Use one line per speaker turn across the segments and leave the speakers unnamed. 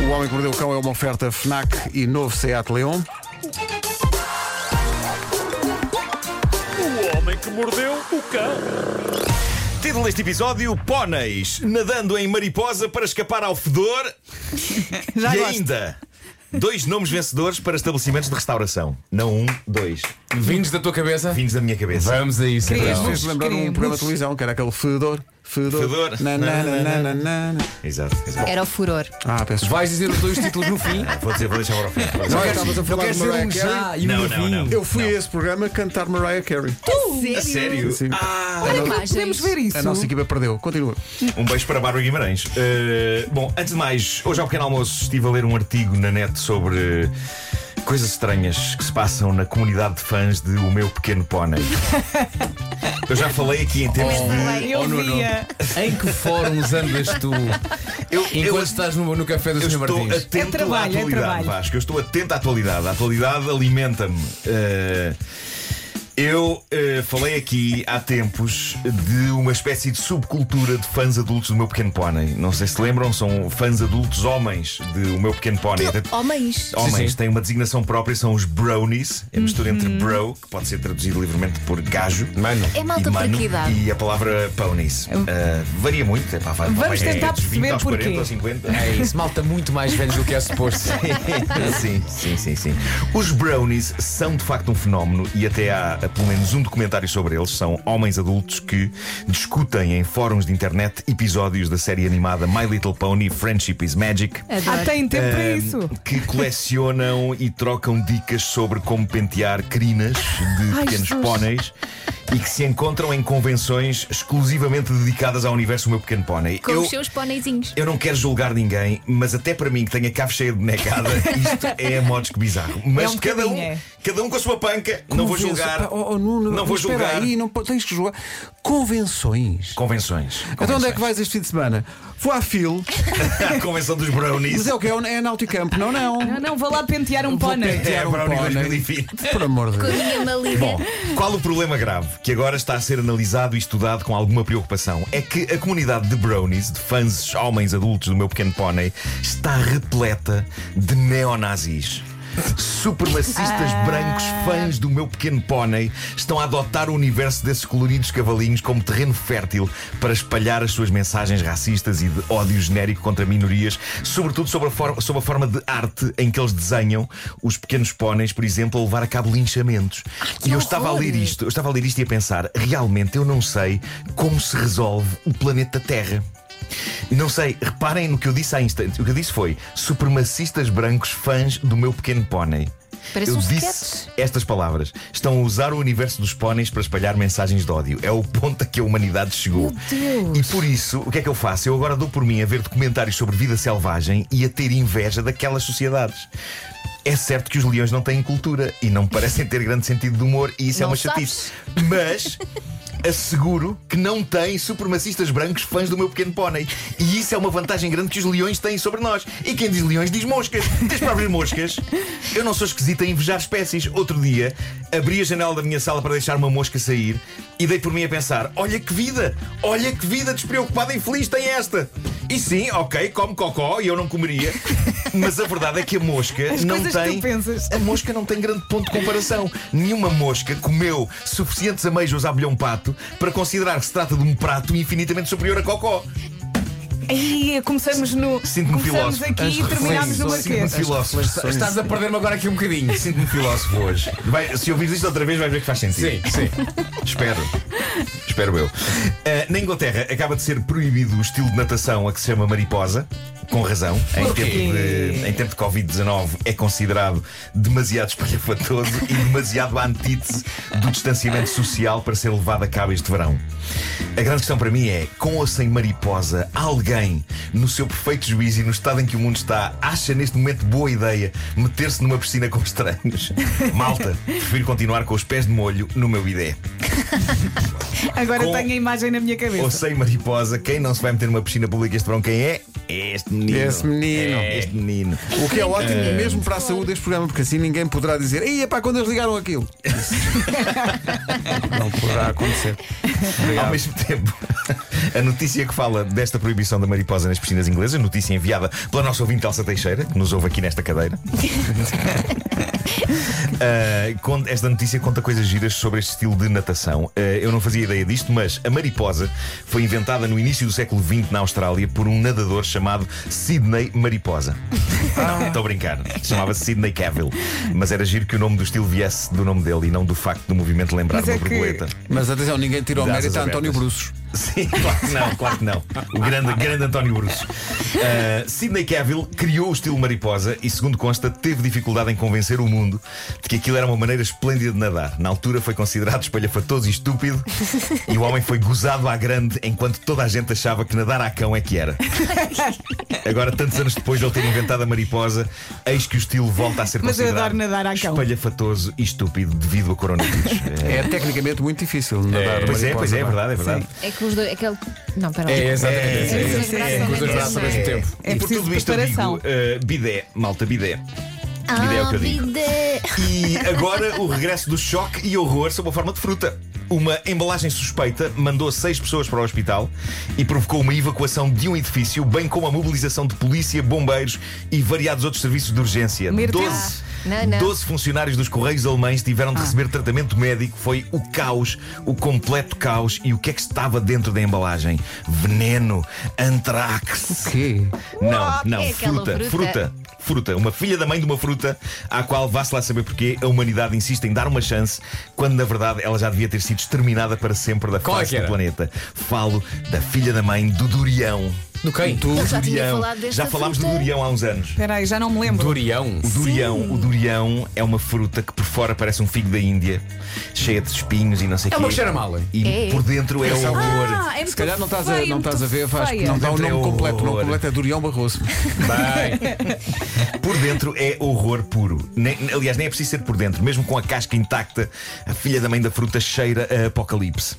O Homem que Mordeu o Cão é uma oferta FNAC e novo Seat Leon.
O homem que mordeu o cão.
Título deste episódio: Póneis nadando em mariposa para escapar ao fedor
Já
e
gosto.
ainda dois nomes vencedores para estabelecimentos de restauração. Não um, dois.
Vindos da tua cabeça?
Vindos da minha cabeça.
Vamos a isso
Querias
então.
ver?
Fez lembrar um
queremos.
programa de televisão que era aquele fedor. Fedor.
Fedor.
Na, na, na, na, na, na, na.
Exato, exato.
Era o furor.
Ah, peço desculpa.
Vais dizer os dois títulos no fim?
Vou dizer, vou deixar agora ao fim. Vou
Não
deixar ao
queres-
fim.
não queres
falar de
dizer um
Mariah
já e um
Não,
no
não,
fim?
não.
Eu fui a esse programa cantar Mariah Carey.
A sério? Ah.
Sim.
Olha que
podemos ver
isso.
A nossa equipa perdeu. Continua.
Um beijo para Bárbara Guimarães. Uh, bom, antes de mais, hoje ao pequeno almoço estive a ler um artigo na net sobre uh, coisas estranhas que se passam na comunidade de fãs de O Meu Pequeno Pónei. Eu já falei aqui em termos
é
de.
Eu via.
Em que fóruns andas tu
Eu, eu-
enquanto estás no, no café do
eu
Sr.
estou
Martins?
atento
É trabalho,
à
é
atualidade,
trabalho.
Vasco. Eu estou atento à atualidade. A atualidade alimenta-me. Uh, eu uh, falei aqui há tempos de uma espécie de subcultura de fãs adultos do meu pequeno pónei. Não sei se lembram, são fãs adultos homens de o meu pequeno pónei. Até-
Oh,
Homens.
Homens
Sim, sim.
têm uma designação própria, são os bronies, é a mistura entre
Uhum.
bro, que pode ser traduzido livremente por gajo,
Mano.
É malta
e
para
mano,
que idade?
e a palavra ponies. Ah, varia muito, é pá, vai,
Vamos
vai-
tentar
é dos 20
perceber
aos
porquê.
40 aos 50.
É isso, malta muito mais velhos do que é suposto.
É, sim, sim, sim, sim. Os brownies são de facto um fenómeno e até há eh, pelo menos um documentário sobre eles. São homens adultos que discutem em fóruns de internet episódios da série animada My Little Pony Friendship is Magic. eh,
Ah, tem tempo para
É.
isso.
Que colecionam e trocam dicas sobre como pentear crinas de
Ai,
pequenos
Jesus.
póneis e que se encontram em convenções exclusivamente dedicadas ao universo do meu pequeno pónei.
Com
Eu-
os seus poneizinhos.
eu não quero julgar ninguém, mas até para mim que tenha cave cheia de bonecada, isto é modos que bizarro. Mas
um
cada um,
bocadinho, é.
cada um com a sua panca, não vou
Convenço-
julgar.
Pá, oh, oh, Nuno,
não vou
mas espera
julgar.
Aí, não po- tens que julgar. Convenções.
Convenções.
Então onde é
Convenções.
que vais este fim de semana? Vou à fil.
A convenção dos brownies.
Mas é o que? É náuticampo? Não, não.
Não, não, vou lá pentear um pônei.
É
Tirar um
brownie
pó, né?
2020.
Por amor de
Com a
Deus.
minha
Bom,
malinha.
qual o problema grave que agora está a ser analisado e estudado com alguma preocupação? É que a comunidade de brownies, de fãs homens adultos do meu pequeno pônei, está repleta de neonazis. Supremacistas brancos, fãs do meu pequeno pônei, estão a adotar o universo desses coloridos cavalinhos como terreno fértil para espalhar as suas mensagens racistas e de ódio genérico contra minorias, sobretudo sobre a, for- sob a forma de arte em que eles desenham os pequenos póneis, por exemplo, a levar a cabo linchamentos.
Ah, que
e eu estava a
horror!
ler isto, eu estava a ler isto e a pensar, realmente eu não sei como se resolve o planeta Terra. Não sei, reparem no que eu disse há instantes. O que eu disse foi supremacistas brancos fãs do meu pequeno pónei.
Parece
eu
um
disse
sketch.
estas palavras. Estão a usar o universo dos póneis para espalhar mensagens de ódio. É o ponto a que a humanidade chegou.
Meu Deus.
E por isso, o que é que eu faço? Eu agora dou por mim a ver documentários sobre vida selvagem e a ter inveja daquelas sociedades. É certo que os leões não têm cultura e não parecem ter grande sentido de humor, e isso é
Não
uma chatice. Mas asseguro que não têm supremacistas brancos fãs do meu pequeno pónei. E isso é uma vantagem grande que os leões têm sobre nós. E quem diz leões diz moscas. Das próprias moscas. Eu não sou esquisito a invejar espécies. Outro dia abri a janela da minha sala para deixar uma mosca sair e dei por mim a pensar: olha que vida! Olha que vida despreocupada e feliz tem esta! E sim, ok, come cocó e eu não comeria. Mas a verdade é que a mosca
As
não
coisas que
tem.
tu pensas.
A mosca não tem grande ponto de comparação. Nenhuma mosca comeu suficientes ameijos a abelhão pato para considerar que se trata de um prato infinitamente superior a cocó.
Aí, começamos no.
Sinto-me
Começamos
filósofo.
aqui e terminámos no
Sinto-me
Marquês.
filósofo.
Estás a perder-me agora aqui um bocadinho.
Sinto-me filósofo hoje. Vai- se ouvires isto outra vez, vais ver que faz sentido.
Sim, sim.
Espero. Espero eu. Ah, na Inglaterra acaba de ser proibido o estilo de natação a que se chama mariposa. Com razão, em
Porquê?
tempo, de, em tempo de Covid-19 é considerado demasiado espalhafatoso e demasiado a antítese do distanciamento social para ser levado a cabo este verão. A grande questão para mim é: com ou sem mariposa, alguém, no seu perfeito juízo e no estado em que o mundo está, acha neste momento boa ideia meter-se numa piscina com estranhos? Malta, prefiro continuar com os pés de molho no meu idé.
Agora
Com-
tenho a imagem na minha
Ou
cabeça.
sem mariposa, quem não se vai meter numa piscina pública este verão, quem é? É este menino.
Esse menino.
É este menino.
O que é ótimo mesmo para a saúde deste programa, porque assim ninguém poderá dizer, ei, é pá, quando eles ligaram aquilo. não poderá acontecer.
Ao mesmo tempo, A notícia que fala desta proibição da mariposa nas piscinas inglesas, notícia enviada pela nossa ouvinte Elsa Teixeira, que nos ouve aqui nesta cadeira. Uh, con- esta notícia conta coisas giras sobre este estilo de natação. Uh, eu não fazia ideia disto, mas a mariposa foi inventada no início do século XX na Austrália por um nadador chamado Sidney Mariposa.
Ah.
Não, estou a brincar. Chamava-se Sidney Cavill. Mas era giro que o nome do estilo viesse do nome dele e não do facto do movimento lembrar
Mas
uma
é que-
borboleta.
Mas atenção, ninguém tirou o
Graças
mérito a António
abertas.
Bruços.
Sim, claro que não, claro que não. O grande, grande António Bruce. Uh, Sidney Cavill criou o estilo mariposa e, segundo consta, teve dificuldade em convencer o mundo de que aquilo era uma maneira esplêndida de nadar. Na altura foi considerado espalhafatoso e estúpido e o homem foi gozado à grande enquanto toda a gente achava que nadar a cão é que era. Agora, tantos anos depois de ele ter inventado a mariposa, eis que o estilo volta a ser
Mas eu
considerado
adoro nadar à cão.
espalhafatoso e estúpido devido a coronavírus.
É tecnicamente muito difícil nadar.
pois é,
mariposa,
pois é, é
não
verdade, é verdade.
É que os dois. Aquele... Não, pera lá.
É, exatamente.
É,
isso,
é,
isso.
os dois braços
Com os dois
ao
braços ao mesmo
mesmo
tempo.
É
e por
preciso
tudo isto
preparação.
eu digo, eh, bidé, malta bidé. Bidé é o
Ah,
que eu digo.
vida.
E agora o regresso do choque e horror sob a forma de fruta. Uma embalagem suspeita mandou seis pessoas para o hospital e provocou uma evacuação de um edifício, bem como a mobilização de polícia, bombeiros e variados outros serviços de urgência.
Meu Deus.
Doze,
Ah, Não, Ah. não.
12 funcionários dos Correios Alemães tiveram de receber tratamento médico. Foi o caos, o completo caos. E o que é que estava dentro da embalagem? Veneno, antrax.
O quê?
Não, não,
É aquela
fruta,
fruta.
fruta, fruta. Uma filha da mãe de uma fruta, à qual vá-se lá saber porque a humanidade insiste em dar uma chance, quando na verdade ela já devia ter sido exterminada para sempre da
Qual é que
face do
era?
planeta. Falo da filha da mãe do Durião.
Do quem? É. Tu?
Eu já tinha
Durião.
falado desta
já falámos
fruta.
do Durião há uns anos.
Espera aí, já não me lembro.
Dorião.
O durião, o durião é uma fruta que por fora parece um figo da Índia, cheia de espinhos e não sei o
É
quê.
uma que cheira mal, hein?
E
É.
por dentro é o horror.
Ah, é muito
Se calhar não estás a,
feia,
não
muito
estás a ver, faz,
feia.
não dá o
Dentro é
nome completo. O nome
horror.
completo é Durião Barroso.
Por dentro é horror puro. Nem- aliás, nem é preciso ser por dentro. Mesmo com a casca intacta, a filha da mãe da fruta cheira a apocalipse.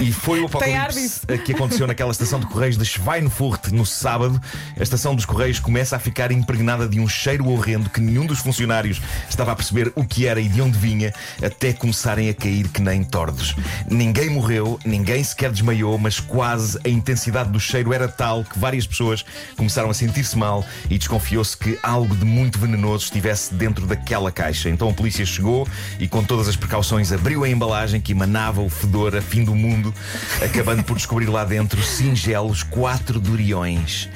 E foi o
ar
apocalipse
disso.
eh, que aconteceu naquela estação de correios de Schweinfurt no sábado. A estação dos correios começa a ficar impregnada de um cheiro horrendo que nenhum dos funcionários estava a perceber o que era e de onde vinha, até começarem a cair que nem tordos. Ninguém morreu, ninguém sequer desmaiou, mas quase a intensidade do cheiro era tal que várias pessoas começaram a sentir-se mal e desconfiou-se que algo de muito venenoso estivesse dentro daquela caixa. Então a polícia chegou e, com todas as precauções, abriu a embalagem que emanava o fedor a fim do mundo, acabando por descobrir lá dentro singelos quatro duriões.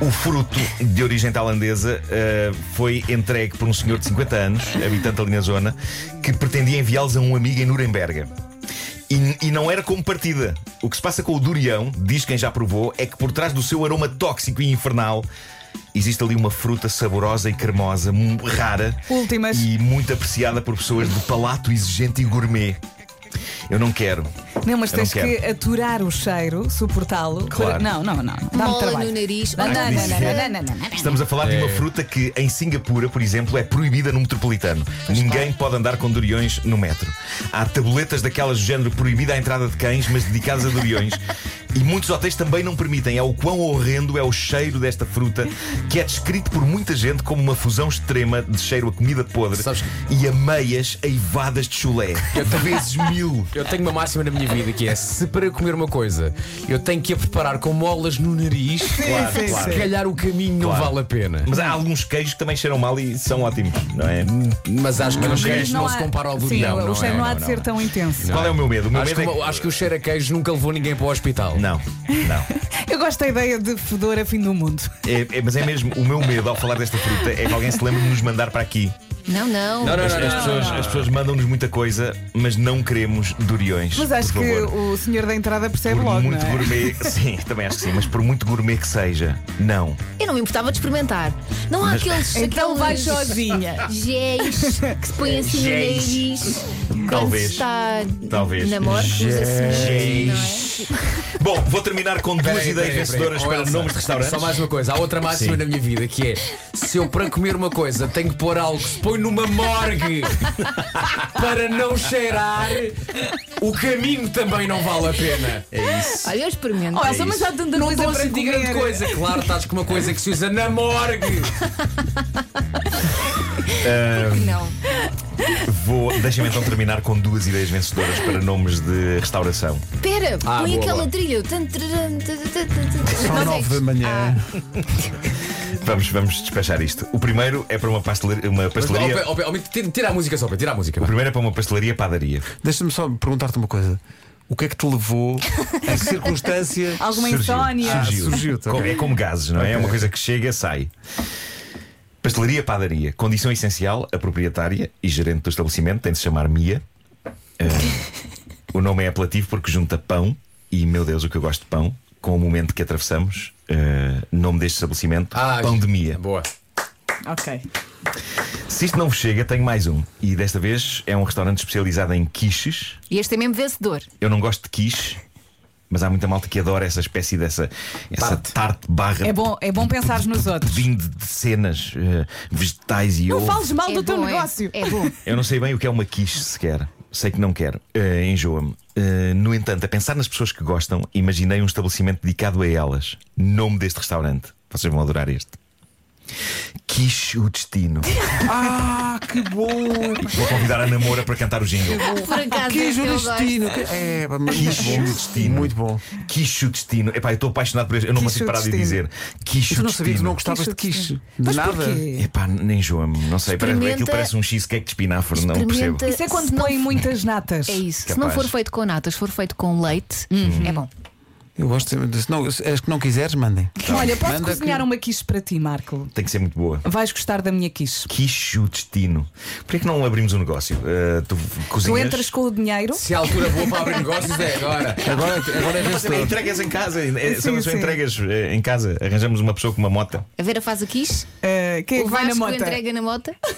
O fruto, de origem tailandesa, eh, foi entregue por um senhor de 50 anos, habitante ali na zona, que pretendia enviá-los a um amigo em Nuremberga. E, e não era como partida. O que se passa com o durião, diz quem já provou, é que por trás do seu aroma tóxico e infernal existe ali uma fruta saborosa e cremosa, mu- rara
Últimas.
e muito apreciada por pessoas de palato exigente e gourmet. Eu não quero.
Não, mas
Eu não
tens
quero.
que aturar o cheiro, suportá-lo.
Claro.
Não, não, não. Dá-me
Mola
trabalho.
no nariz.
Não, não,
olha,
não,
disse.
não, não, não, não, não.
Estamos a falar de uma fruta que em Singapura, por exemplo, é proibida no metropolitano. Ninguém pode andar com duriões no metro. Há tabuletas daquelas do género proibida à entrada de cães, mas dedicadas a duriões. E muitos hotéis também não permitem. É o quão horrendo é o cheiro desta fruta, que é descrito por muita gente como uma fusão extrema de cheiro a comida podre
Sabes
e a meias aivadas de chulé.
Eu também-
Vezes mil.
Eu tenho uma máxima na minha vida que é: se para comer uma coisa eu tenho que a preparar com molas no nariz,
Claro,
sim,
claro.
se calhar o caminho não
Claro.
vale a pena.
Mas há alguns queijos que também cheiram mal e são ótimos, não é?
Mas acho que o
Mas
queijo não,
há-
se compara ao
Sim,
durião.
o
não
cheiro
é?
não há de ser tão intenso.
Qual é o meu medo? O meu
Acho que,
medo é
o- acho que o cheiro a queijo nunca levou ninguém para o hospital.
Não, não.
Eu gosto da ideia de fedor a fim do mundo.
É- é- mas é mesmo, o meu medo ao falar desta fruta é que alguém se lembre de nos mandar para aqui.
Não, não.
não,
As, as pessoas, as pessoas mandam-nos muita coisa, mas não queremos duriões.
Mas acho
por
que
favor.
o senhor da entrada percebe
Por
logo,
muito
não é?
gourmet, sim, também acho que sim, mas por muito gourmet que seja, não.
Eu não me importava de experimentar. Não há aqueles.
Então vai
aqueles
sozinha.
Géis que se põe assim no
Géis.
nariz. Quando se
Talvez.
está
Talvez.
na morte, usa-se. assim, não é?
Géis. Bom, vou terminar com duas
Peraí,
ideias
peraí, peraí.
vencedoras
Oh,
para
Elsa,
nomes de restaurantes.
Só mais uma coisa, há outra máxima
Sim.
na minha vida que é: se eu para comer uma coisa tenho que pôr algo que se põe numa morgue para não cheirar, o caminho também não vale a pena.
É isso.
Olha, eu experimento.
Oh, Elsa,
É
mas
isso.
há tanta
Não
coisa
estou a
para
sentir grande
comer.
coisa. Claro, estás com uma coisa que se usa na morgue.
Não.
Vou, deixa-me então terminar com duas ideias vencedoras para nomes de restauração.
Pera,
Ah,
põe
boa,
aquela
boa.
trilha. Tan, taran, tan, tan, tan, tan.
São
Não
nove da
sei.
manhã.
Vamos, vamos despachar isto. O primeiro é para uma pastelaria. Uma
Mas, ó,
pastelaria
Pe- ó, Pe- ó, tira- Tira a música só, Pedro, tira a música.
o
vá.
primeiro é para uma pastelaria padaria.
Deixa-me só perguntar-te uma coisa. O que é que te levou a circunstância?
Alguma
Surgiu.
insónia.
Ah, surgiu, tá
Como-
ok.
É como gases, não é? É uma coisa que chega, sai. Pastelaria padaria. Condição essencial: a proprietária e gerente do estabelecimento tem de se chamar Mia. Ah, o nome é apelativo porque junta pão e, meu Deus, o que eu gosto de pão, com o momento que atravessamos. Ah, nome deste estabelecimento:
Ah,
Pão de
Tá
Mia.
Boa.
Ok.
Se isto não vos chega, tenho mais um. E desta vez é um restaurante especializado em quiches.
E este é mesmo vencedor.
Eu não gosto de quiche, mas há muita malta que adora essa espécie dessa essa
Tarte.
tarte barra
É bom, é bom pensares nos outros.
pudim de, de cenas, eh, vegetais e
Não
ovo.
fales mal
é
do teu
bom, é-
Ah, negócio.
É, bom.
Eu não sei bem o que é uma quiche sequer. Sei que não quero. Eh, Enjoa-me. Eh, no entanto, a pensar nas pessoas que gostam, imaginei um estabelecimento dedicado a elas. Nome deste restaurante. Vocês vão adorar este. Quiche o Destino.
Ah, que bom!
Vou convidar a Namora para cantar o jingle.
Por acaso,
Queijo
este eu
um destino! É, pá, mas muito
Quiche o
bom.
Destino.
Muito bom.
Quiche o Destino. Epá, eu estou apaixonado por este. Eu não
Quiche
consigo
o
parar de
Destino.
dizer. Quiche
Eu
o
não sabia que não
Destino.
gostavas de quiche. De
Mas
nada.
porquê?
Epá, nem enjoa-me. Não sei. parece- Aquilo
Experimenta-
parece um cheesecake de espinafre. Não percebo.
Experimenta-
Isso é quando
Se não
põem muitas natas.
É isso. Se não
Capaz.
for feito com natas, se for feito com leite, é bom.
Eu gosto sempre disso. Não, as que não quiseres, mandem.
Olha, posso
Manda
cozinhar um
que-
uma quiche para ti, Marco?
Tem que ser muito boa.
Vais gostar da minha quiche.
Quiche o destino. Porquê que não abrimos um negócio? Eh, tu
Tu
cozinhas.
entras com o dinheiro.
Se a altura boa para abrir negócios é agora.
Agora, agora é
Também
vencedor.
entregas em casa. eh,
Sim,
São são
sim.
entregas eh, em casa. Arranjamos uma pessoa com uma moto.
A Vera faz o quiche,
eh, quem é
o
que vai na
Vasco
moto?
entrega na moto.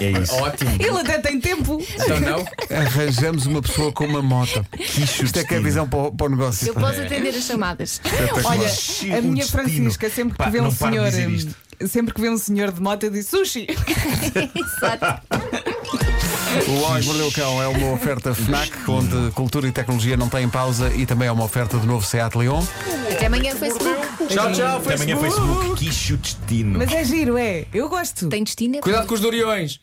É isso.
Ótimo.
Ele até tem tempo.
Então não?
Arranjamos uma pessoa com uma moto.
Quiche o
Isto é que é a
destino.
visão para o, para o negócio.
Eu posso atender as chamadas.
Olha,
Quiche
a
o
minha
destino.
Francisca, sempre
Pá,
que vê um
não paro de
senhor.
dizer
hum,
isto.
Sempre que vê um senhor de moto, diz sushi.
Exato.
O Homem que Mordeu o Cão é uma oferta FNAC, onde cultura e tecnologia não têm pausa e também é uma oferta do novo Seat Leon.
Até amanhã um. no Facebook.
Tchau, tchau.
Até amanhã, é Facebook. Quiche o destino.
Mas é giro, é. Eu gosto.
Tem destino. é
Cuidado com os duriões.